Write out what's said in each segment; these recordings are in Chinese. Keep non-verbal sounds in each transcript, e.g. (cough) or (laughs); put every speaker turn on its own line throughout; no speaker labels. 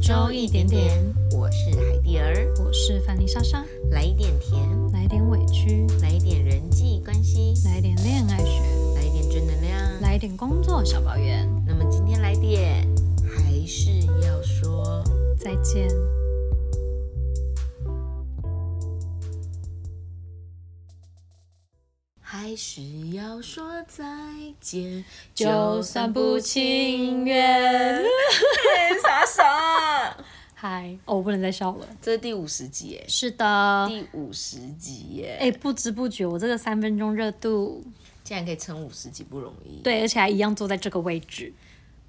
周一点点，
我是海蒂儿，
我是范妮莎莎，
来一点甜，
来点委屈，
来一点人际关系，
来点恋爱学，
来一点正能量。
来点工作小抱怨，
那么今天来点，还是要说
再见。
还是要说再见，
愿。
傻傻。
嗨，哦，我不能再笑了。
(laughs) 这是第五十集耶，
是的，
第五十集耶，
哎，不知不觉我这个三分钟热度，
竟然可以撑五十集不容易。，
对，而且还一样坐在这个位置，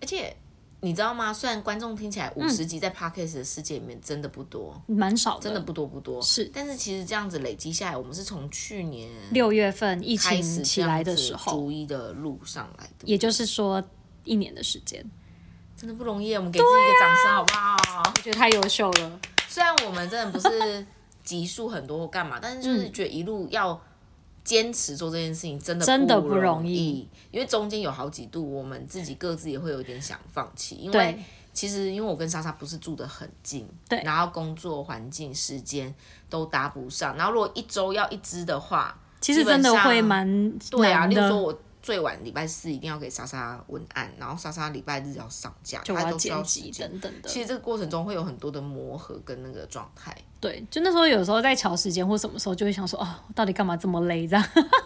而且你知道吗？虽然观众听起来五十集在 podcast 的世界里面真的不多，
蛮少的。
真的不多不多，
是
但是其实这样子累积下来，我们是从去年
六月份疫
开始
情起来的时
这样子
候，
逐一的路上来的，
也就是说一年的时间，
真的不容易。我们给自己一个掌声好不好？
我觉得太优秀了。
虽然我们真的不是集数很多或干嘛，但是
嗯
就是觉得一路要坚持做这件事情，真的
真的
不
不容易
易，因为中间有好几度我们自己各自也会有点想放弃，因为
对。
其实，因为我跟莎莎不是住得很近，
对
然后工作环境、时间都搭不上，然后如果一周要一支的话，
其实真的会蛮
对啊，
难
例如说
的，
我最晚礼拜四一定要给莎莎文案，然后莎莎礼拜日要上架，
就我
她
要
都需要
剪
时
辑
间
等等的。
其实这个过程中会有很多的磨合跟那个状态， (laughs)
对，就那时候有时候在瞧时间或什么时候，就会想说，哦，我到底干嘛这么累这样？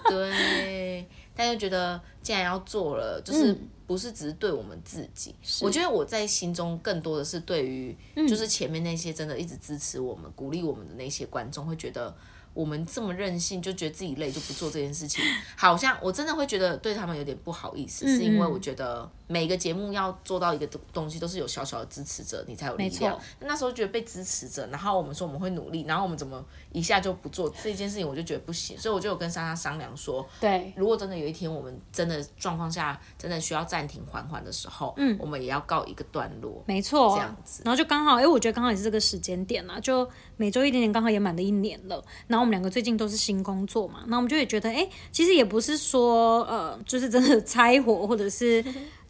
对，但又觉得既然要做了，就是
嗯
不是只是对我们自己，我觉得我在心中更多的是对于，
嗯
就是前面那些真的一直支持我们、鼓励我们的那些观众，会觉得我们这么任性，就觉得自己累就不做这件事
(laughs)
情，好像我真的会觉得对他们有点不好意思，是因为
嗯
我觉得每个节目要做到一个东东西，都是有小小的支持者，你才有力
没
量
错。
那时候觉得被支持着，然后我们说我们会努力，然后我们怎么一下就不做这件事情，我就觉得不行，所以我就有跟莎莎商量说，
对，
如果真的有一天我们真的状况下真的需要暂停缓缓的时候，嗯，我们也要告一个段落。
没错，啊
这样子
然后就刚好，哎、我觉得刚好也是这个时间点啦，就每周一点点刚好也满了一年了。然后我们两个最近都是新工作嘛，那我们就也觉得，哎、其实也不是说，呃，就是真的拆伙或者是。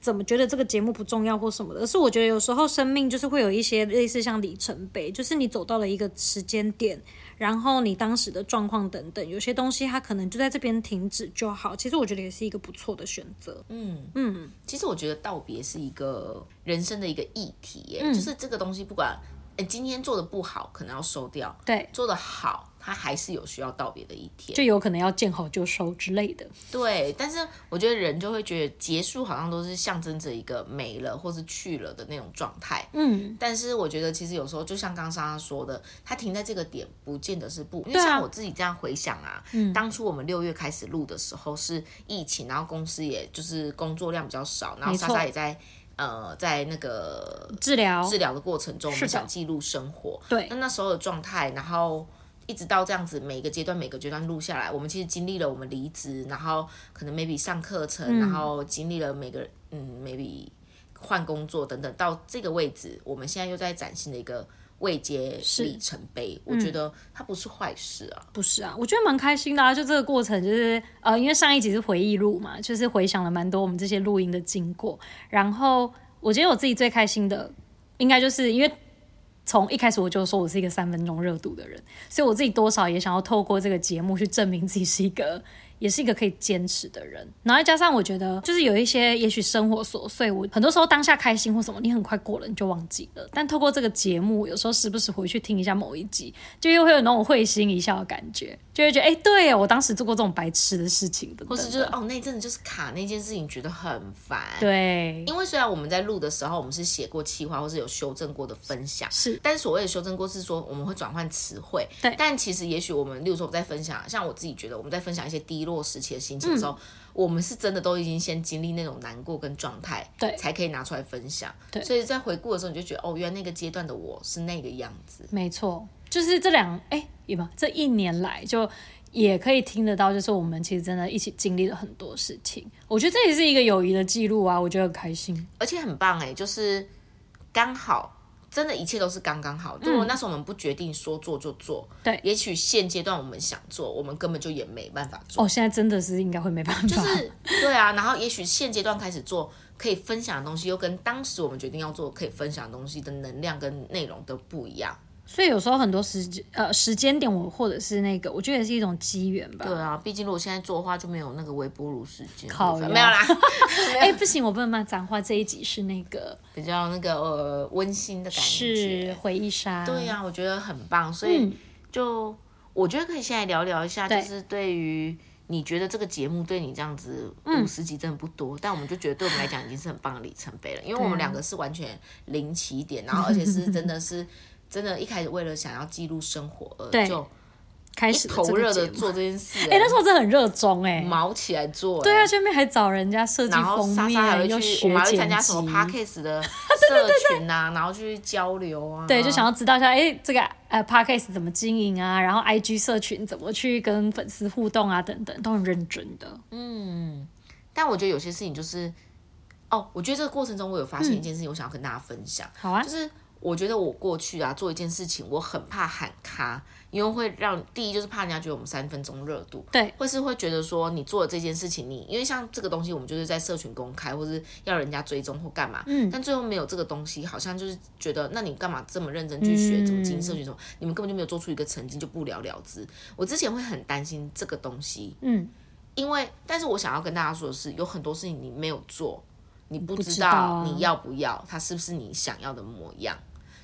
怎么觉得这个节目不重要或什么的？而是我觉得有时候生命就是会有一些类似像里程碑，就是你走到了一个时间点，然后你当时的状况等等，有些东西它可能就在这边停止就好。其实我觉得也是一个不错的选择。
其实我觉得道别是一个人生的一个议题耶，就是这个东西不管，哎，今天做的不好，可能要收掉；
对，
做的好，它还是有需要道别的一天。
就有可能要见好就收之类的。
对，但是我觉得人就会觉得结束好像都是象征着一个没了或是去了的那种状态。
嗯，
但是我觉得其实有时候就像刚刚莎莎说的，它停在这个点不见得是不，因为
对啊嗯
像我自己这样回想啊，当初我们六月开始录的时候是疫情，然后公司也就是工作量比较少，然后
没错
莎莎也在呃在那个
治疗
治疗的过程中，我
哦是
们
的
想记录生活。
对
那那时候的状态，然后一直到这样子，每个阶段每个阶段录下来，我们其实经历了我们离职，然后可能 maybe 上课程，
嗯
然后经历了每个嗯 maybe 换工作等等，到这个位置，我们现在又在崭新的一个位阶
是嗯
里程碑，我觉得它不是坏事啊。
不是啊，我觉得蛮开心的啊。就这个过程，就是呃，因为上一集是回忆录嘛，就是回想了蛮多我们这些录音的经过。然后我觉得我自己最开心的，应该就是因为从一开始我就说我是一个三分钟热度的人，所以我自己多少也想要透过这个节目去证明自己是一个。也是一个可以坚持的人，然后再加上我觉得，就是有一些也许生活琐碎，我很多时候当下开心或什么，你很快过了你就忘记了。但透过这个节目，有时候时不时回去听一下某一集，就又会有那种会心一笑的感觉，就会觉得哎、诶对耶我当时做过这种白痴的事情等
或
等
是就
的，
是哦，那一阵子就是卡那件事情，觉得很烦。
对，
因为虽然我们在录的时候，我们是写过企划或是有修正过的分享，
是
但所谓的修正过是说我们会转换词汇，
对
但其实也许我们，例如说我们在分享，像我自己觉得我们在分享一些低落时期的心情的时
嗯
候，我们是真的都已经先经历那种难过跟状态，
对
才可以拿出来分享，
对
所以在回顾的时候，你就觉得哦，原来那个阶段的我是那个样子，
没错，就是这两哎，也、不这一年来就也可以听得到，就是我们其实真的一起经历了很多事情，我觉得这也是一个友谊的记录啊，我觉得很开心。
欸而且很棒哎、就是刚好真的一切都是刚刚好。如果那时候我们不决定说做就做，
嗯对
也许现阶段我们想做，我们根本就也没办法做。
哦，现在真的是应该会没办法，
就是对啊，然后也许现阶段开始做可以分享的东西，又跟当时我们决定要做可以分享的东西的能量跟内容都不一样。
所以有时候很多时间呃时间点我或者是那个，我觉得也是一种机缘吧。
对啊，毕竟如果现在做的话，就没有那个微波炉时间，
靠腰
没有 (laughs) 啦，
哎、不行，我不能骂脏话。这一集是那个
比较那个呃温馨的感
是
觉。
回忆杀，
对呀、我觉得很棒，所以就、我觉得可以现在聊聊一下，就
嗯对
是对于。你觉得这个节目对你这样子
嗯
五十集真的不多，但我们就觉得对我们来讲已经是很棒的里程碑了，因为我们
啊
两个是完全零起点，然后而且是真的
(laughs)
是真的，一开始为了想要记录生活而
对
就
开始了
投
这个
热的
节目
做这件事、欸
哎、那时候我真的很热衷哎、
毛起来做、
对
哎
啊，这边还找人家设计
然后
封
莎莎还
面，
会
又
去，我
学
们还会参
剪
加什么
辑，
podcast
(laughs)
的社群啊，然后去交流啊。
对，就想要知道一下，哎、这个呃 podcast 怎么经营啊，然后 IG 社群怎么去跟粉丝互动啊，等等，都很认真的。
但我觉得有些事情就是，哦，我觉得这个过程中我有发现一件事情，我想要跟大家分享，
好啊
就，是我觉得我过去啊做一件事情，我很怕喊咖，因为会让第一就是怕人家觉得我们三分钟热度，
对，
或是会觉得说你做了这件事情你，因为像这个东西，我们就是在社群公开，或是要人家追踪或干嘛，嗯，但最后没有这个东西，好像就是觉得，那你干嘛这么认真去学怎么经营社群什么？你们根本就没有做出一个成绩，就不了了之。我之前会很担心这个东西，
嗯，
因为，但是我想要跟大家说的是，有很多事情你没有做，你不
不
知
知道
道
啊
你要不要，它是不是你想要的模样。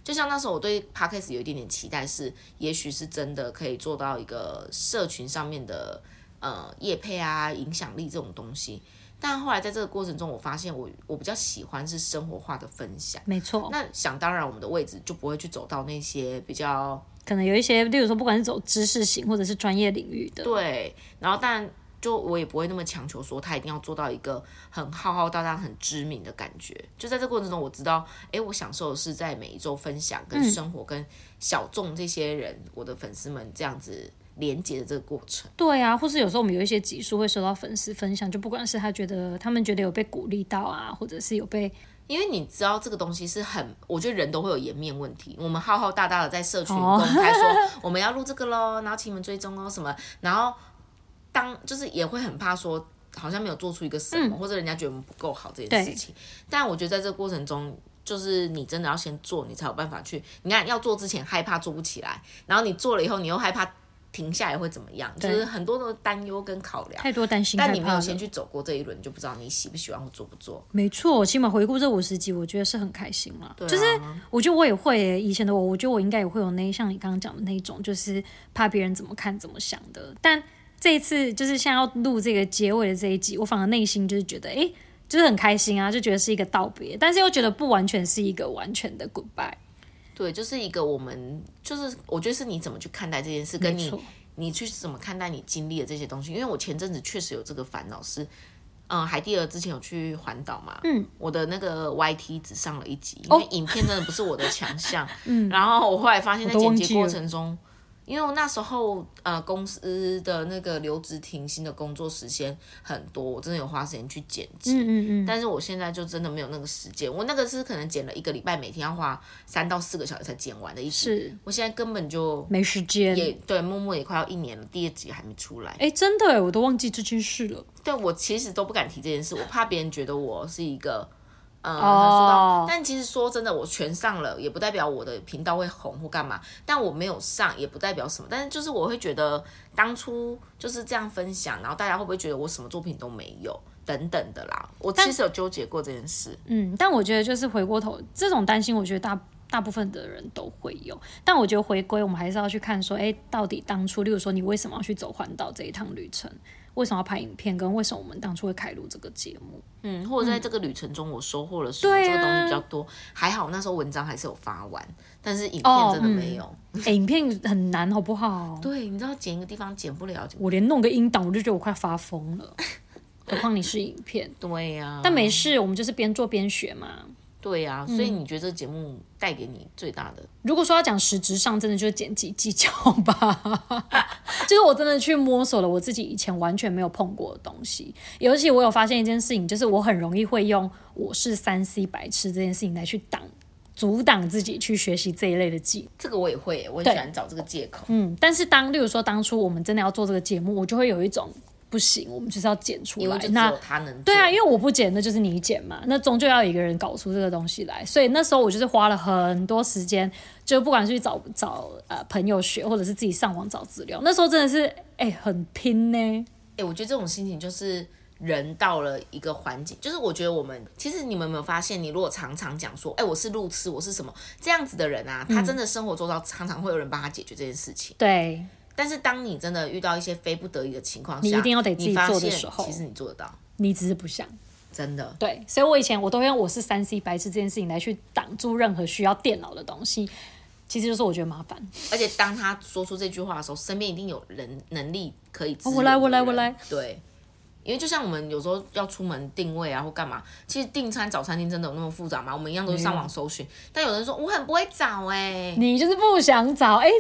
就像那时候我对 podcast 有一点点期待是，也许是真的可以做到一个社群上面的呃业配啊、影响力这种东西。但后来在这个过程中，我发现我我比较喜欢是生活化的分享。
没错，
那想当然，我们的位置就不会去走到那些比较
可能有一些，例如说，不管是走知识型或者是专业领域的，
对，然后但就我也不会那么强求说他一定要做到一个很浩浩荡荡、很知名的感觉。就在这过程中，我知道，哎，我享受的是在每一周分享跟生活、跟小众这些人、我的粉丝们这样子连接的这个过程。
对啊，或是有时候我们有一些集数会收到粉丝分享，就不管是他觉得他们觉得有被鼓励到啊，或者是有被
因为你知道这个东西是很，我觉得人都会有颜面问题。我们浩浩大大的在社群
哦
公开说我们要录这个喽，然后请你们追踪哦什么，然后当就是也会很怕说好像没有做出一个什么，
嗯
或者人家觉得我们不够好这件事情。但我觉得在这个过程中。就是你真的要先做，你才有办法去。你看，要做之前害怕做不起来，然后你做了以后，你又害怕停下来会怎么样，就
对
是很多的担忧跟考量。
太多担心害
但你没
怕
有
了。
先去走过这一轮，你就不知道你喜不喜欢或做不做。
没错，起码回顾这五十集，我觉得是很开心啦。
对啊
就是我觉得我也会耶、以前的我，我觉得我应该也会有那像你刚刚讲的那种，就是怕别人怎么看怎么想的。但这一次就是现在要录这个结尾的这一集，我反而内心就是觉得，诶，就是很开心啊，就觉得是一个道别，但是又觉得不完全是一个完全的 goodbye。
对，就是一个我们就是我觉得是你怎么去看待这件事，跟
没
你
错
你去怎么看待你经历的这些东西。因为我前阵子确实有这个烦恼是，嗯、海蒂儿之前有去环岛嘛，嗯，我的那个 YT 只上了一集，因
哦
为影片真的不是我的强
(laughs)
项，嗯，然后我后来发现，在
我都
剪
忘
辑
记
过
了
程中。因为我那时候呃公司的那个留职停薪的工作时间很多，我真的有花时间去剪辑，
嗯嗯嗯，
但是我现在就真的没有那个时间，我那个是可能剪了一个礼拜，每天要花三到四个小时才剪完的一集。
是
我现在根本就
没时间。
也对，默默也快要一年了，第二集还没出来。
哎，真的耶，我都忘记这件事了。
对我其实都不敢提这件事，我怕别人觉得我是一个。嗯，很
哦
说到，但其实说真的，我全上了，也不代表我的频道会红或干嘛。但我没有上，也不代表什么。但是就是我会觉得，当初就是这样分享，然后大家会不会觉得我什么作品都没有，等等的啦。我其实有纠结过这件事。
嗯，但我觉得就是回过头，这种担心，我觉得大大部分的人都会有。但我觉得回归，我们还是要去看说，哎，到底当初，例如说你为什么要去走环岛这一趟旅程，为什么要拍影片，跟为什么我们当初会开录这个节目？
嗯，或者在这个旅程中我收获了什么、
对
这个东西
啊
比较多。还好那时候文章还是有发完，但是影片
哦
真的没有。
哎，影片很难，好不好？
对，你知道剪一个地方剪不了，
我连弄个音档，我就觉得我快发疯了，何况你是影片。
对呀、
但没嗯事，我们就是边做边学嘛。
对呀、所以你觉得这个节目带给你最大的？
如果说要讲实质上，真的就是剪辑技巧吧， (laughs) 就是我真的去摸索了我自己以前完全没有碰过的东西。尤其我有发现一件事情，就是我很容易会用我是三 C 白痴这件事情来去挡阻挡自己去学习这一类的技能。
这个我也会耶，我很喜欢找这个借口。
嗯，但是当例如说当初我们真的要做这个节目，我就会有一种不行，我们就是要剪出
因为
来
就。只
那
有他能做。
对啊，因为我不剪，那就是你剪嘛。那终究要有一个人搞出这个东西来，所以那时候我就是花了很多时间，就不管是去找找呃朋友学，或者是自己上网找资料。那时候真的是哎、很拼呢、
哎、我觉得这种心情就是人到了一个环境，就是我觉得我们其实你们有没有发现，你如果常常讲说，哎、我是路痴，我是什么这样子的人啊，
嗯
他真的生活周遭常常会有人帮他解决这件事情。
对，
但是当你真的遇到一些非不得已的情况下，
你一定要得自己
你发
做的
现
时候
其实你做得到，
你只是不想。
真的。
对，所以我以前我都会用我是三 C 白痴这件事情来去挡住任何需要电脑的东西，其实就是我觉得麻烦。
而且当他说出这句话的时候，身边一定有人能力可以支
哦我来
援的
我来
人
我来。
对，因为就像我们有时候要出门定位啊或干嘛，其实订餐找餐厅真的有那么复杂吗？我们一样都是上网搜寻，但有人说我很不会找哎、
你就是不想
(laughs)
找，哎、真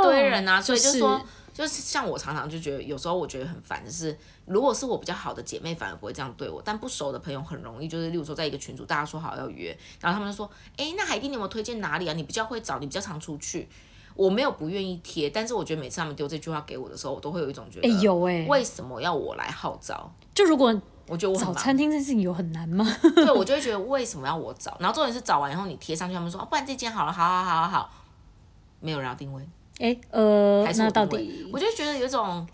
的
一堆人啊，所以
哦就
就是说。就是像我常常就觉得，有时候我觉得很烦的是，如果是我比较好的姐妹，反而不会这样对我，但不熟的朋友很容易就是，例如说在一个群组，大家说好要约，然后他们就说，哎、那海蒂你有没有推荐哪里啊？你比较会找，你比较常出去。我没有不愿意贴，但是我觉得每次他们丢这句话给我的时候，我都会有一种觉得，
哎有哎
为什么要我来号召？
就如果
我觉得我很
找
忙
餐厅这件事情有很难吗？
对，我就会觉得为什么要我找？然后重点是找完以后你贴上去，他们说、啊、不然这间好了，好好好好好，没有人要定位，
(laughs) 哎、呃
还，是
那
我
到
定位
底？
我就觉得有一种，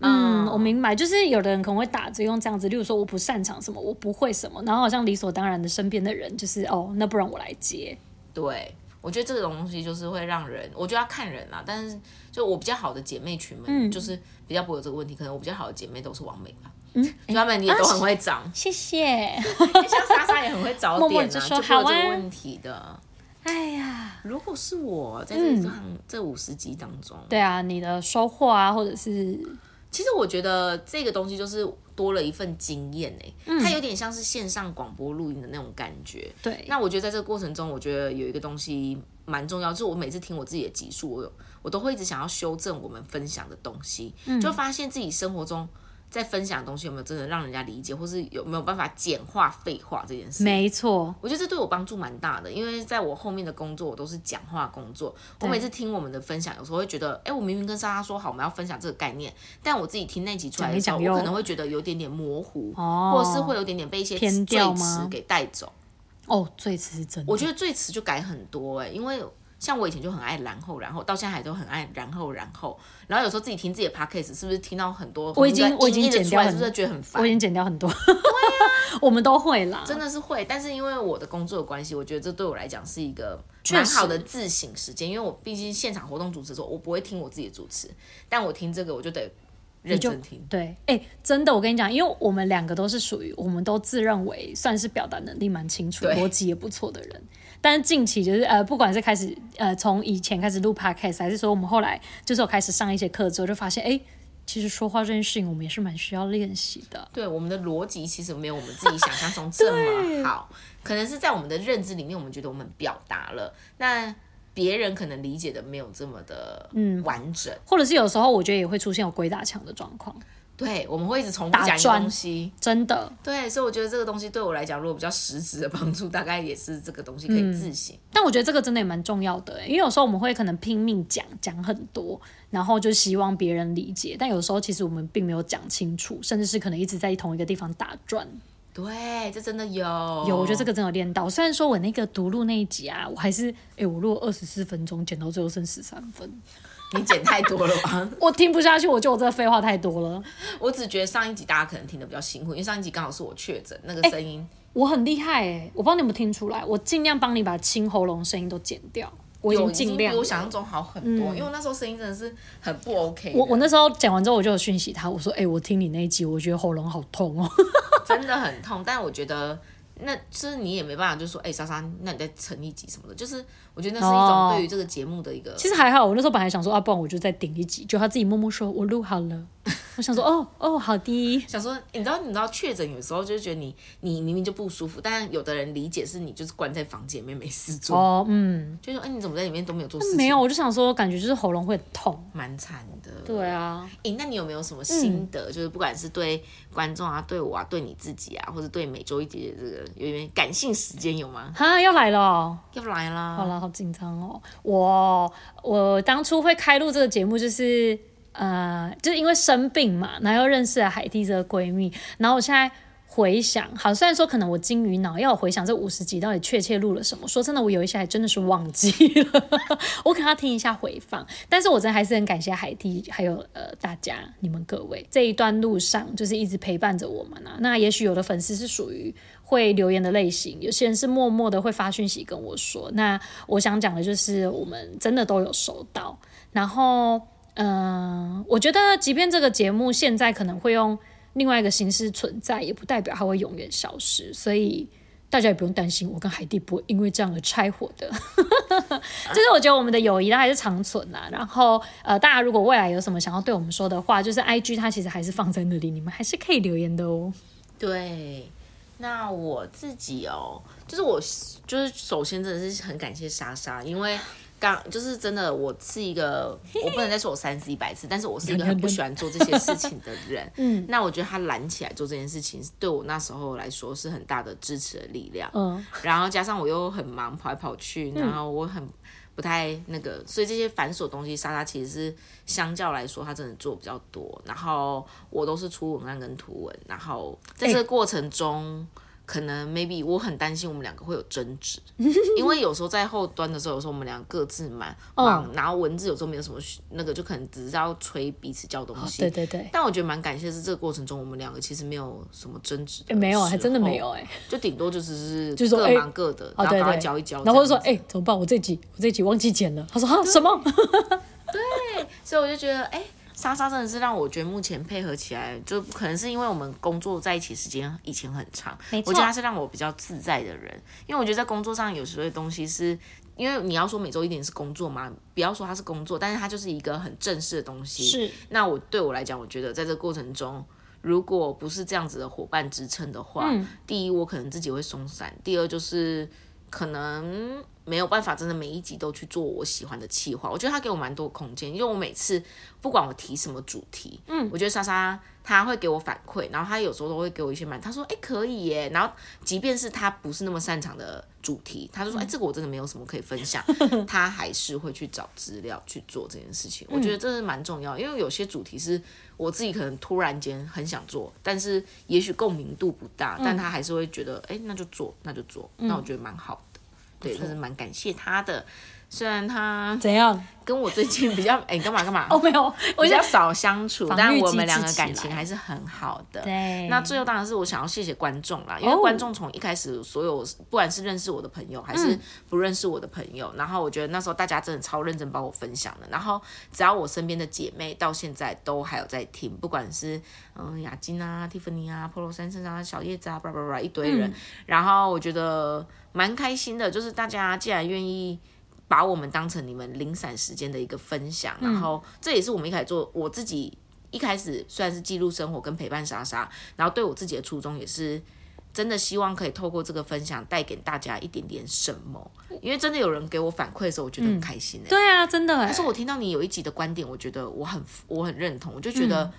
嗯，我明白，就是有的人可能会打着用这样子，例如说我不擅长什么，我不会什么，然后好像理所当然的身边的人就是哦，那不然我来接。
对，我觉得这种东西就是会让人，我觉得要看人啦。但是就我比较好的姐妹群
嗯
们，就是比较不会有这个问题。可能我比较好的姐妹都是王美吧，嗯，就她们也都很会长，
谢谢。
(laughs) 就欸像莎莎也很会找
嗯默默
点啊，
地说
就不会有
好啊
这个问题的。
哎呀，
如果是我在这上、这五十集当中，
嗯对啊，你的收获啊，或者是
其实我觉得这个东西就是多了一份经验诶、
嗯
它有点像是线上广播录音的那种感觉。
对，
那我觉得在这个过程中，我觉得有一个东西蛮重要，就是我每次听我自己的集数，我有我都会一直想要修正我们分享的东西，
嗯
就发现自己生活中在分享的东西有没有真的让人家理解，或是有没有办法简化废话这件事。
没错，
我觉得这对我帮助蛮大的，因为在我后面的工作，我都是讲话工作。我每次听我们的分享，有时候会觉得，哎，我明明跟莎莎说好我们要分享这个概念，但我自己听那集出来的时候，
讲一讲又
我可能会觉得有点点模糊，
哦
或者是会有点点被一些
偏
赘
掉吗
词给带走。
哦，最迟是真的。
我觉得最迟就改很多哎、因为像我以前就很爱然后然后，到现在还都很爱然后然后，然后有时候自己听自己的 podcast 是不是听到很多
我已经
很多
我已经
音译的
剪
出来
掉
是不是觉得很烦
我已？经剪掉很多。 (laughs) 我们都会啦。
真的是会，但是因为我的工作的关系，我觉得这对我来讲是一个
确
蛮
实
好的自省时间，因为我毕竟现场活动主持的时候，我不会听我自己的主持，但我听这个我就得认
就
真听。
对，哎、真的，我跟你讲，因为我们两个都是属于，我们都自认为算是表达能力蛮清楚、
对
逻辑也不错的人。但是近期就是呃，不管是开始呃，从以前开始录 podcast，还是说我们后来就是有开始上一些课之后，就发现哎、其实说话这件事情我们也是蛮需要练习的。
对我们的逻辑其实没有我们自己想象中
(laughs)
这么好，可能是在我们的认知里面，我们觉得我们表达了，那别人可能理解的没有这么的
嗯
完整。
或者是有时候我觉得也会出现有鬼打墙的状况，
对，我们会一直重复
打
讲一个
转
东西。
真的，
对，所以我觉得这个东西对我来讲，如果比较实质的帮助，大概也是这个东西可
嗯
以自省。
但我觉得这个真的也蛮重要的欸、因为有时候我们会可能拼命讲讲很多，然后就希望别人理解，但有时候其实我们并没有讲清楚，甚至是可能一直在同一个地方打转。
对，这真的有
有，我觉得这个真的有练到。虽然说我那个读录那一集啊，我还是哎、我录二十四分钟，剪到最后剩十三分，
(laughs) 你剪太多了吧？ (laughs)
我听不下去，我觉得我这个废话太多了。
我只觉得上一集大家可能听得比较辛苦，因为上一集刚好是我确诊，那
哎
个声音、
我很厉害哎、我不知道你有没有听出来，我尽量帮你把清喉咙声音都剪掉，我已
有
经
已经
尽
比
量了。嗯
我想象中好很多，因为我那时候声音真的是很不 OK 的。
我我那时候剪完之后，我就有讯息他，我说：“哎、我听你那一集，我觉得喉咙好痛哦。
真的很痛，但我觉得那就是你也没办法，就说哎、莎莎，那你再撑一集什么的，就是我觉得那是一
哦
种对于这个节目的一个。
其实还好，我那时候本来想说啊，不然我就再顶一集，就他自己默默说，我录好了， (laughs) 我想说，哦哦，好的，
想说，你知道，你知道确诊有时候就是觉得你你明明就不舒服，但有的人理解是你就是关在房间里面没事做，
哦，嗯，
就说哎、你怎么在里面都没有做事情，
没有，，我就想说，感觉就是喉咙会很痛。
蛮惨的。
对嗯啊，
哎、那你有没有什么心得？就是不管是对观众啊、对我啊、对你自己啊，或者对每周一集的这个有点感性时间有吗？
哈，要来了哦、
要来啦，
好了，好紧张哦！我我当初会开录这个节目，就是呃，就是因为生病嘛，然后又认识了海蒂这个闺蜜，然后我现在回想，好，虽然说可能我金鱼脑，要我回想这五十集到底确切录了什么，说真的，我有一些还真的是忘记了，我可能要听一下回放。但是我真的还是很感谢海蒂，还有呃大家你们各位这一段路上就是一直陪伴着我们啊。那也许有的粉丝是属于会留言的类型，有些人是默默的会发讯息跟我说。那我想讲的就是，我们真的都有收到。然后，嗯、我觉得即便这个节目现在可能会用另外一个形式存在，也不代表它会永远消失。所以。大家也不用担心，我跟海蒂不会因为这样而拆伙的。 (laughs) 就是我觉得我们的友谊它还是长存啦。然后呃，大家如果未来有什么想要对我们说的话，就是 I G 它其实还是放在那里，你们还是可以留言的哦。
对，那我自己哦，就是我就是首先真的是很感谢莎莎，因为刚就是真的我是一个，我不能再说我三十一百次，但是我是一个很不喜欢做这些事情的人。嗯，那我觉得她揽起来做这件事情，对我那时候来说是很大的支持的力量。
嗯，
然后加上我又很忙，跑来跑去，然后我很不太那个，所以这些繁琐的东西，莎莎其实是相较来说，她真的做比较多。然后我都是出文案跟图文，然后在这个过程中。可能 maybe 我很担心我们两个会有争
(laughs)
执，因为有时候在后端的时候，有时候我们俩各自忙
嗯
忙，然后文字有时候没有什么那个，就可能只是要催彼此教东西。
(laughs) 哦对对对，
但我觉得蛮感谢是这个过程中，我们两个其实没有什么争执的时
诶
候，
没有，还真的没有哎、
就顶多就只
就是说
各
哎
忙各的，然后
对
赶快
对，
交一交，
然后我就
这
说
样子
哎、怎么办？我这集我这集忘记剪了。他说啊
(laughs)
什么？
所以我就觉得，哎、莎莎真的是让我觉得目前配合起来，就可能是因为我们工作在一起时间以前很长，
没
我
错
觉得她是让我比较自在的人，因为我觉得在工作上有时候东西是。因为你要说每周一点是工作嘛，不要说它是工作，但是它就是一个很正式的东西。
是
那我对我来讲，我觉得在这个过程中，如果不是这样子的伙伴支撑的话，第一我可能自己会松散，第二就是可能没有办法真的每一集都去做我喜欢的企划。我觉得他给我蛮多空间，因为我每次不管我提什么主题，嗯，我觉得莎莎她会给我反馈，然后她有时候都会给我一些蛮，她说哎、诶可以耶，然后即便是她不是那么擅长的主题，她就说哎、诶这个我真的没有什么可以分享，她还是会去找资料去做这件事情。我觉得这是蛮重要，因为有些主题是我自己可能突然间很想做，但是也许共鸣度不大，但她还是会觉得哎、诶那就做那就做，那我觉得蛮好的，对，这是蛮感谢她的。虽然她
怎样？
跟我最近比较，哎、干嘛干嘛？
哦没有， (laughs) 我
比
想
较少相处，
防御
但我
机
们
制
两个
起
感情
来
还是很好的。
对
那最后当然是我想要谢谢观众啦，因为
哦
观众从一开始所有不管是认识我的朋友还
嗯
是不认识我的朋友，然后我觉得那时候大家真的超认真帮我分享的，然后只要我身边的姐妹到现在都还有在听，不管是嗯雅金啊、蒂芙尼啊、Polo 先生啊、小叶子啊，叭叭叭一堆人，
嗯
然后我觉得蛮开心的，就是大家既然愿意。把我们当成你们零散时间的一个分享，然后这也是我们一开始做我自己一开始虽然是记录生活跟陪伴莎莎，然后对我自己的初衷也是真的希望可以透过这个分享带给大家一点点什么，因为真的有人给我反馈的时候，我觉得很开心、欸
对啊，真的哎、
但是我听到你有一集的观点，我觉得我很我很认同，我就觉得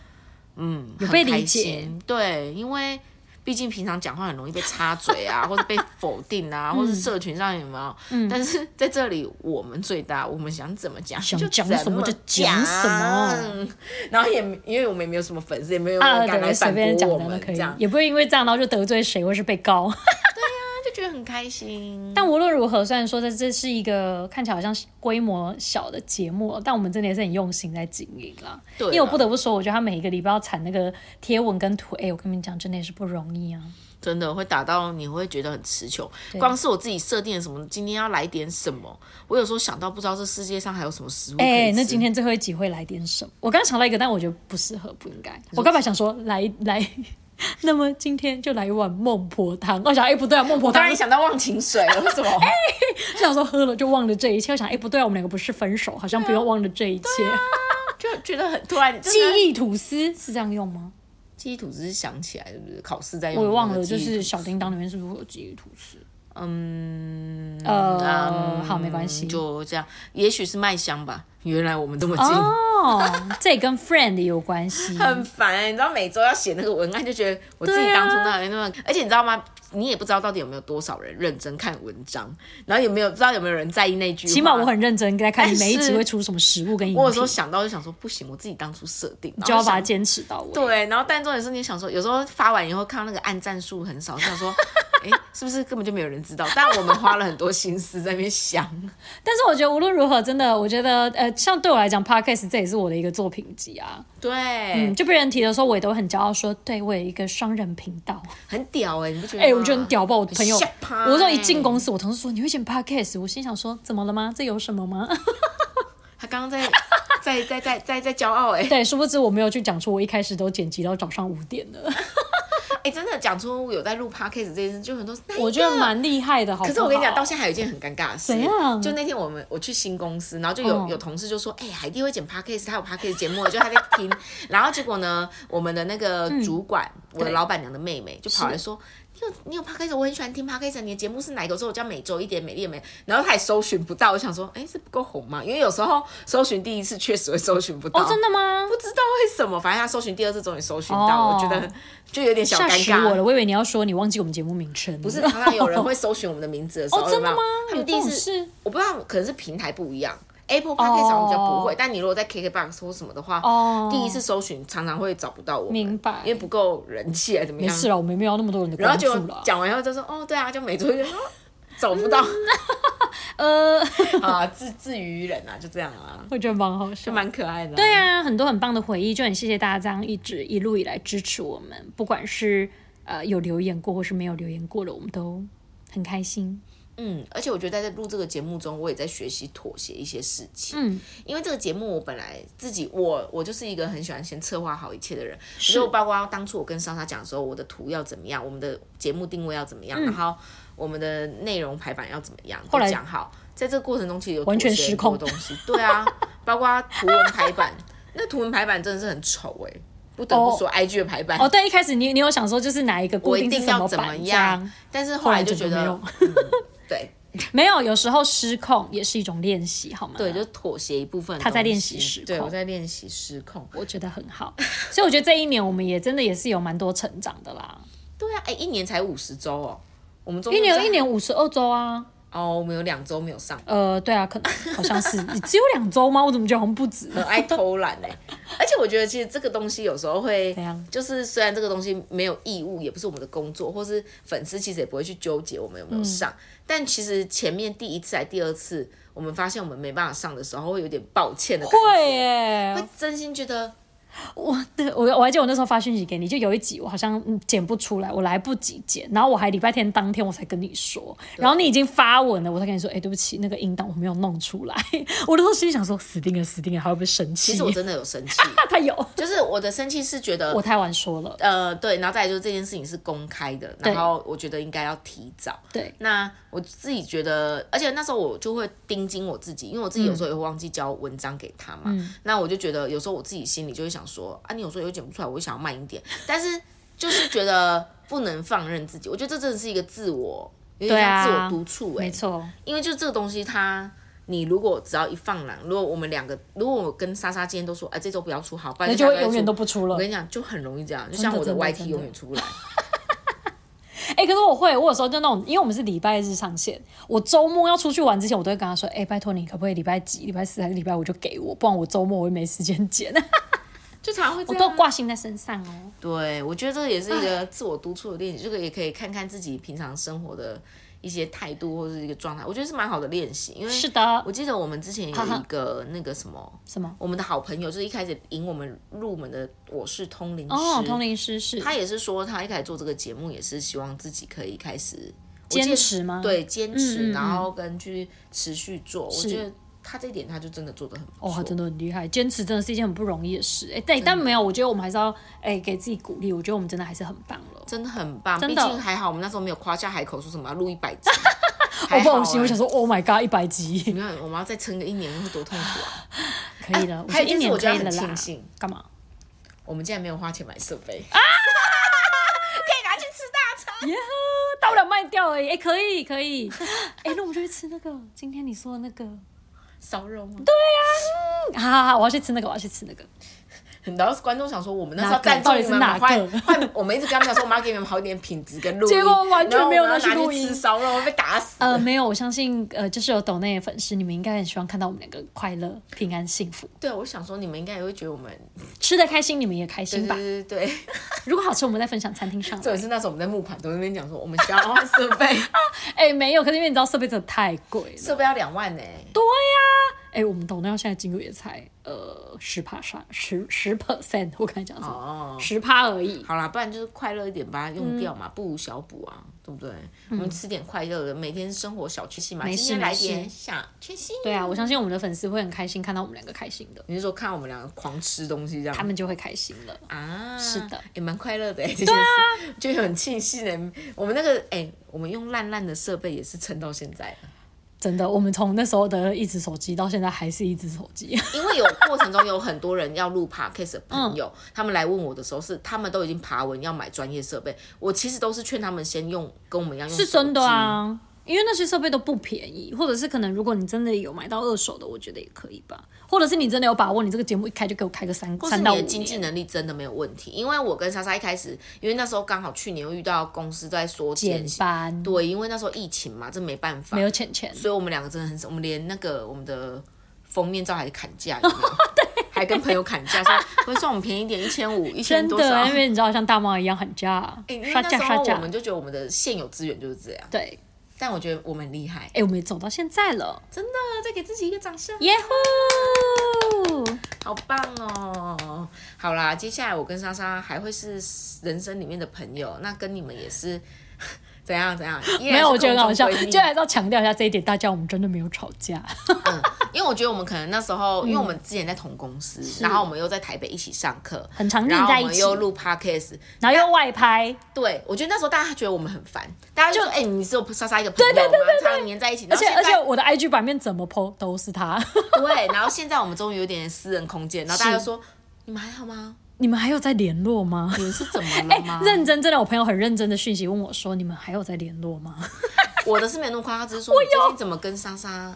嗯，
有
很
被理
开
解
心，对，因为毕竟平常讲话很容易被插嘴
(laughs)
啊，或者被否定啊，或
嗯
是社群上有没有？但是在这里我们最大，我们想怎么讲
想
就
讲
怎
什么
么
就讲什么啊
讲，然后也因啊为我们也没有什么粉丝，也没有
啊，
人敢来
对，随
反驳
便讲
我
讲
们
都可
这
以
样，，
也不会因为这样然后就得罪谁或是被
(laughs)
告。
那就觉得很开心。
但无论如何，虽然说这这是一个看起来好像规模小的节目，但我们真的也是很用心在经营啦。
对啊
因为我不得不说，我觉得他每一个礼拜要产那个贴文跟图，哎、我跟你们讲，真的也是不容易啊。
真的会打到你会觉得很持久。光是我自己设定的什么，今天要来点什么，我有时候想到不知道这世界上还有什么食物可以吃。
哎、那今天最后一集会来点什么？我刚想到一个，但我觉得不适合，不应该。我刚本来想说来来， (laughs) 那么今天就来一碗孟婆汤。我想，哎、不对啊，孟婆
我当
汤
然想到忘情水了，为
(laughs)
什么？
哎想说喝了就忘了这一切。我想，哎、不对啊，我们两个不是分手，好像不用忘了这一切。
(laughs) 就就觉得很突然，
记
啊真的
忆吐司是这样用吗？
记忆吐只是想起来，是不是？考试在用的
我也
那个
忘了，就
记忆
是
吐
小叮当里面是不是会有记忆吐司？
嗯
呃，好，没关系。
就这样，也许是麦香吧。原来我们这么近。
哦，这也跟 friend 有关系。
(laughs) 很烦、欸，你知道每周要写那个文案，就觉得我自己
对啊
当初那有那么，而且你知道吗？你也不知道到底有没有多少人认真看文章，然后有没有不知道有没有人在意那句话。
起码我很认真在看
但
你
哎是
每一集会出什么食物跟饮
我有时候
品，
想到就想说不行，我自己当初设定，
就要把它
把
坚持到位。，
对，然后但重点是你想说，有时候发完以后看到那个按赞数很少，就想说， (laughs) 哎、是不是根本就没有人知道？但我们花了很多心思在那边想，
(laughs) 但是我觉得无论如何，真的，我觉得呃，像对我来讲，podcast 这也是我的一个作品集啊。
对，
嗯，就被人提的时候，我也都很骄傲说，对我有一个双人频道。
很屌哎、你不觉得吗？
哎、我觉得很屌爆！我的朋友，
吓趴欸
我那时候一进公司，我同事说你会剪 podcast，我心想说怎么了吗？这有什么
(laughs)
吗？
他刚刚在 (laughs) 在在在在在骄傲哎、
对，殊不知我没有去讲出我一开始都剪辑到早上五点的，
哎、真的讲出有在录 podcast 这件事，就很多。那一
我觉得蛮厉害的，好不好
啊可是我跟你讲，到现在还有一件很尴尬的事，
怎样
就那天我们我去新公司，然后就有、
嗯
有同事就说，哎、海蒂会剪 podcast，她有 podcast 节目，就她在听。然后结果
(laughs)
呢，我们的那个主管，我的
对
老板娘的妹妹就跑来说。你
嗯
有你有
哦
podcast，我很喜欢听 podcast，你的节目是哪一个？我说我叫每周一点美丽的美，然后她也搜寻不到，我想说，哎、是不够红吗？因为有时候搜寻第一次确实会搜寻不到，
哦，真的吗
哎不？知道为什么，反正她搜寻第二次终于搜寻到，
哦
我觉得就有点小
吓
尴
死
尬。
我了，我以为你要说你忘记我们节目名称了，
不是常常有人会搜寻我们的名字的时候，
哦，真的
有
吗
没有？？他们
有这
第一
种
次，
事
我不知道，可能是平台不一样。Apple Podcast 好像比较不会但你如果在 KKBox 或什么的话
哦
第一次搜寻常常会找不到我们，
明白
因为不够人气还是怎么
没
样？
事了，我们没有那么多人的
然后
关
就
注了。
讲完以后就说，哦，对啊，就每周就说哦找不到
嗯呃，
(laughs)
(laughs)
啊，自自娱人啊，就这样啊，
我觉得蛮好笑
就。蛮可爱的啊、
对啊，很多很棒的回忆，就很谢谢大家这样一直一路以来支持我们，不管是呃有留言过或是没有留言过的，我们都很开心。
嗯，而且我觉得在录这个节目中，我也在学习妥协一些事情。
嗯，
因为这个节目我本来自己我我就是一个很喜欢先策划好一切的人，所以包括当初我跟莎莎讲的时候，我的图要怎么样，我们的节目定位要怎么样，然后我们的内容排版要怎么样，
嗯后来
都讲好。在这个过程中，其实有
完全
妥协
失
很多
控
东西，对啊，包括图文排版，那图文排版真的是很丑哎、不得不说，IG 的排版
哦，对，一开始你你有想说就是哪一个固
我一
是
定
什
要怎么
版这
样
样，，
但是后来就觉
后来
得
整，
嗯对
(laughs) 没有，有时候失控也是一种练习，好吗？
对，就妥协一部分的东西。
他在练习失控
对我在练习失控。
我觉得很好， (laughs) 所以我觉得这一年我们也真的也是有蛮多成长的啦。
对啊，哎、一年才五十周哦，我们中
一
间
年
在
有一年五十二周啊，
哦，我们有两周没有上，
呃，对啊，可能好
(laughs)
像是只有两周吗？我怎么觉得好像不止？
很爱偷懒哎、而且我觉得其实这个东西有时候会
怎样，
就是虽然这个东西没有义务，也不是我们的工作，或是粉丝其实也不会去纠结我们有没有
嗯
上，但其实前面第一次还第二次，我们发现我们没办法上的时候，会有点抱歉的感觉，
会啊耶，
会真心觉得
我对我我还记得我那时候发讯息给你，就有一集我好像嗯剪不出来，我来不及剪，然后我还礼拜天当天我才跟你说，然后你已经发文了，我才跟你说，哎、对不起，那个音档我没有弄出来，我那时候心里想说，死定了，死定了，还会不会生气？
其实我真的有生气，
(laughs) 他有，
就是我的生气是觉
(laughs)
得
我太晚说了，
呃，对，然后再来就是这件事情是公开的，
对
然后我觉得应该要提早。
对，
那我自己觉得，而且那时候我就会盯紧我自己，因为我自己有时候也会忘记交文章给他嘛。
嗯
那我就觉得有时候我自己心里就会想说，啊，你有时候有剪不出来，我就想要慢一点，但是就是觉得不能放任自己。我觉得这真的是一个自我，有点
对
像
啊
自我督促哎、
没错，
因为就这个东西它。你如果只要一放懒，如果我们两个，如果我跟莎莎今天都说，哎、这周不要出好，不然
那
就下
就会
个月
永远
出
都不出了
我。跟你讲，就很容易这样，就像我的
真的
YT
真的
永远出不来。
哎、可是我会，我有时候就那种，因为我们是礼拜日上线，我周末要出去玩之前，我都会跟他说，哎、拜托你可不可以礼拜几、礼拜四还是礼拜五就给我，不然我周末我也没时间剪，
(laughs) 就常常会这
(laughs) 我
样
都
啊。
挂心在身上哦。
对，我觉得这个也是一个自我督促的练习，这个也可以看看自己平常生活的一些态度或是一个状态，我觉得是蛮好的练习。因为
是的，
我记得我们之前有一个那个什么，
什么？
我们的好朋友就是一开始引我们入门的，我是通灵师，
哦，通灵师是
他也是说他一开始做这个节目也是希望自己可以开始我记得
坚持吗？，
对坚持，
嗯嗯嗯
然后跟去持续做。我
是
觉得他这一点他就真的做的很不
哦，
错。
他真的很厉害，坚持真的是一件很不容易的事。哎、对，但没有，我觉得我们还是要哎、给自己鼓励，我觉得我们真的还是很棒了。
真的很棒，
真
毕
的
竟还好我们那时候没有夸下海口说什么要录一百集，
(laughs) 我
还
不
好、欸啊 (laughs)
好心，我想说，Oh my god，一百集，
你看我们要再撑个一年会多痛苦啊！
可以的，我
还
觉
有一件事
得一年
我觉
可
得很
以了啦
庆。幸，
干嘛？
我们竟然没有花钱买设
(laughs)
备啊，可以拿去吃大餐。
耶、到不了卖掉而已。哎、可以可以。 (laughs) 哎、那我们就去吃那个今天你说的那个。
嗯烧肉吗？
好好好，我要去吃那个，我要去吃那个。
很多观众想说，我们那时
哪
候
个
赞助
到底
你
是
们
哪
买换
个
换，我们一直跟他们讲说，我们要给你们好一点品质跟录音，
结果完全
然后
没有
我们要
拿去
拿
录
去
音
吃烧肉会被打死。
呃，没有，我相信呃，就是有抖内的粉丝，你们应该很希望看到我们两个快乐、平安、幸福，
对，我想说你们应该也会觉得我们
吃的开心，你们也开心
对
吧？
对对对， (laughs)
如果好吃，我们再分享餐厅上
重
来。
点是那时候我们在木盘都在那边讲说，我们需要换设
(laughs)
备，
哎、没有，可是因为你知道设备真的太贵了。
设备要两万呢、
对呀、哎、我们抖内到现在进度也才呃十趴上十十 percent，我刚才讲什么？
哦，
十趴而已。
好啦，不然就是快乐一点，把它用掉
嗯
嘛，不如小补啊，对不对？我们吃点快乐的，每天生活小确幸嘛，
没
今
事
天来点
没
小确幸。
对啊，我相信我们的粉丝会很开心看到我们两个开心的，
你是说看我们两个狂吃东西这
他
样？
们就会开心了。
啊，
是的，
也蛮快乐的哎、这件
啊
事、就很庆幸哎。我们那个哎、我们用烂烂的设备也是撑到现在，
真的，我们从那时候的一只手机到现在还是一只手 (laughs) 机。
因为有过程中有很多人要录 podcast 的朋友，
嗯
他们来问我的时候是他们都已经爬文要买专业设备，我其实都是劝他们先用跟我们一样用
是
手
真的
机。
啊，因为那些设备都不便宜，或者是可能如果你真的有买到二手的，我觉得也可以吧。或者是你真的有把握，你这个节目一开就给我开个三
或是
三
你
到五
的经济
年。
能力真的没有问题，因为我跟莎莎一开始，因为那时候刚好去年又遇到公司在缩减
减，班
对，因为那时候疫情嘛，这没办法
没，有钱钱，
所以我们两个真的很少，我们连那个我们的封面照还砍价，有没 (laughs) 有还跟朋友砍价说会算我们便宜一点，一千五，一千
真
多少？
的，因
哎
为你知道像大猫一样喊价
因为，
杀
那
价
时
杀
候我
价
们。就觉得我们的现有资源就是这样，
对，
但我觉得我们很厉害，
哎，我们也走到现在了，
真的，再给自己一个掌声，
耶呼！
好棒哦！好啦，接下来我跟莎莎还会是人生里面的朋友，那跟你们也是 (laughs) 怎样怎样？依然是
(laughs) 没有，我觉得很好笑，
空中闺蜜
就还是要强调一下这一点，大家我们真的没有吵架。
嗯，因为我觉得我们可能那时候，因
嗯
为我们之前在同公司，然后我们又在台北一起上课，
很常腻
然后
在
我们
一起
又录 podcast，
然后又外拍，
对我觉得那时候大家觉得我们很烦，大家就说哎、你只有莎莎一个朋友，
对对对
我们常常黏在一起，
而
然后
且
现
而
在
且我的 IG 版面怎么 PO 都是他。 (laughs)
对，然后现在我们终于有点私人空间，然后大家就说你们还好吗？
你们还有在联络吗？哎
你们是怎么了
(laughs)
吗？
认真，真的，我朋友很认真的讯息问我说：“你们还有在联络吗
我的是没有那么夸张，只是说你最近怎么跟莎莎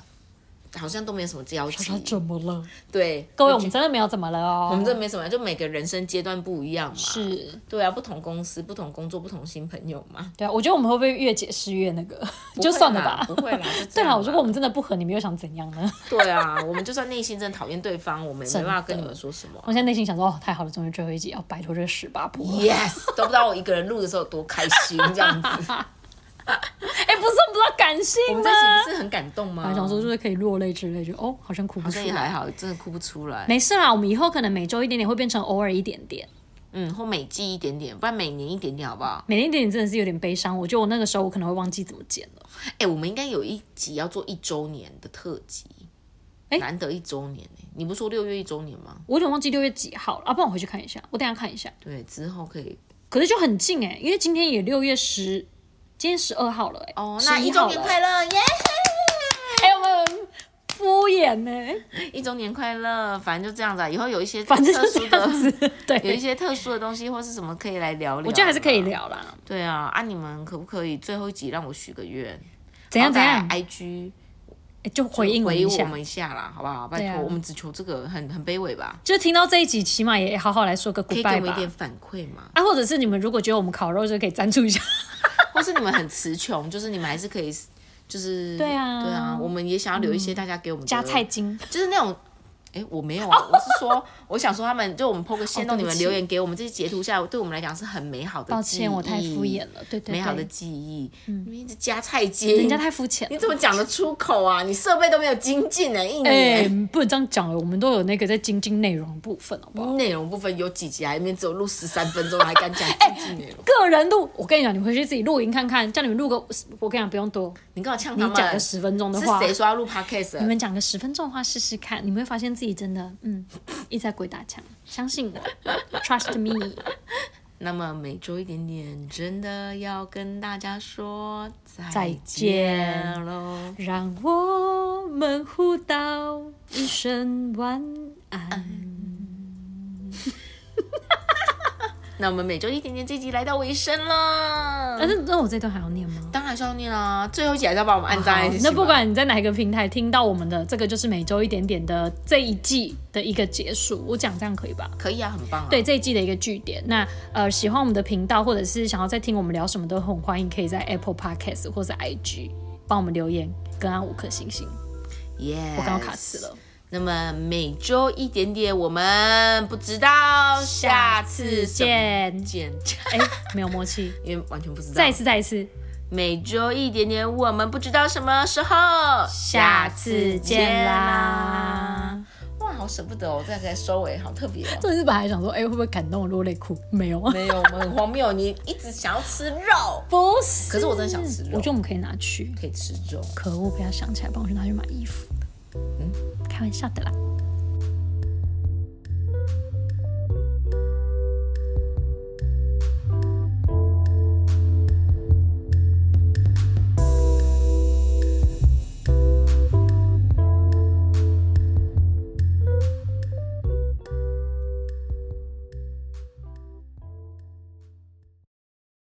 好像都没有什么交？”
他说：“
集，
怎么了？
对，
各位，我们真的没有怎么了哦。
我们这没什么，就每个人生阶段不一样嘛，
是
对啊，不同公司、不同工作、不同新朋友 (laughs) 嘛。
对啊，我觉得我们会不会越解释越那个？
不
就
会
算了
啦
吧。
不会啦。就这
对
样
啦，
啦
如果我们真的不合，你们又想怎样呢？
对啊，我们就算内心真的讨厌对方，我们也没
真的
办法跟你们说 (laughs) 什么
我。现在内心想说：“哦，太好了，终于最后一集要摆脱这个十八婆。
(laughs) Yes，都不知道我一个人录的时候有多开心，这样子。 (laughs)
哎，不是，我们不知道感性
我们 (laughs)
吗
这？期不是很感动吗？
还想说就是可以落泪之类，就哦，好像哭不
好
出
像也
来。
还好，真的哭不出来。
没事啦，我们以后可能每周一点点会变成偶尔一点点。
嗯，或每季一点点，不然每年一点点好不好？
每天一点点真的是有点悲伤，我觉得我那个时候我可能会忘记怎么剪了。
哎、我们应该有一集要做一周年的特辑，
哎
难得一周年、欸、你不说六月一周年吗？
我有点忘记六月几号了，啊，不然我回去看一下，我等一下看一下。
对，之后可以
可是就很近哎、因为今天也六月十，今天十二号了哎、
哦。那一
周
周年快乐耶！
哎、我们很敷衍呢、
一周年快乐，反正就这样子、啊。以后有一些
反正
特
就
殊
这样
的，
子。
有一
(laughs) 对，
些特殊的东西或是什么可以来聊聊。
我觉得还是可以。聊啦。
对啊，啊，你们可不可以最后一集让我许个愿？
怎样
好
怎样
歹，？IG
哎就回应我
啊回
一
应
下
我。们一下啦，好不好？拜
对啊
托，我们只求这个很很卑微吧，
就是听到这一集，起码也好好来说个
可以给我
goodbye
们一
吧
点。反馈嘛？
啊，或者是你们如果觉得我们烤肉，就可以赞助一下。
或是你们很词穷，就是你们还是可以，就是
对啊
对啊，我们也想要留一些大家给我们的
加菜，金，
就是那种。哎，我没有啊，
(laughs)
我是说，我想说他们就我们 PO 个线
哦
动，
对
你
不
们
起
留言给我们这些截图下来，对我们来讲是很美好的记忆。
(laughs) 抱歉，我太敷衍了。对对对，
嗯
嗯
美好的记忆，你们一直加菜金，
人家太肤浅了
你。怎么讲得出口啊？你设备都没有精进呢、一
哎、
年。
不能这样讲了，我们都有那个在精进内容的部分，好不好？
内容部分有几集啊？里面只有录十三分钟，还敢
(laughs)
讲
哎
精进内容？
个人录，我跟你讲，你回去自己录音看看，叫你们录个，我跟你讲不用多，
你跟我呛
你
他们！
讲个十分钟的
是
话，
谁说要录 podcast？
你
的
们讲个十分钟的话试试看，你们会发现自己真的，嗯，一直在鬼打墙，相信我，trust me，
那么每周一点点，真的要跟大家说
再
再
见
见喽。
让我们互道一声晚
那我们每周一点点这集来到尾声了，
但是那我这段还要念吗？
当然是要念啊，最后一集还是要把我们按赞在一起。
那不管你在哪一个平台听到我们的，这个就是每周一点点的这一季的一个结束。我讲这样可以吧？
可以啊，很棒啊。
对这一季的一个据点。那呃，喜欢我们的频道，或者是想要再听我们聊什么，都很欢迎可以在 Apple Podcast 或是 IG 帮我们留言，跟按五颗星星。
，Yeah，
我刚刚卡词。了，
那么每周一点点，我们不知道下次怎么
见。
见， (laughs)
哎、没有默契，
因为完全不知道。
(laughs) 再一次，再一次。
每周一点点，我们不知道什么时候
下次见啦！
哇，好舍不得哦，这样才收尾，好特别哦。
这是本来想说，哎、会不会感动我落泪哭？没有，
没有，我们很荒谬，你一直想要吃肉，
不是。
可是我真的想吃肉
我觉得我们可以拿去。
可以吃肉。
可恶，被他想起来，帮我去拿去买衣服。嗯，开玩笑的啦。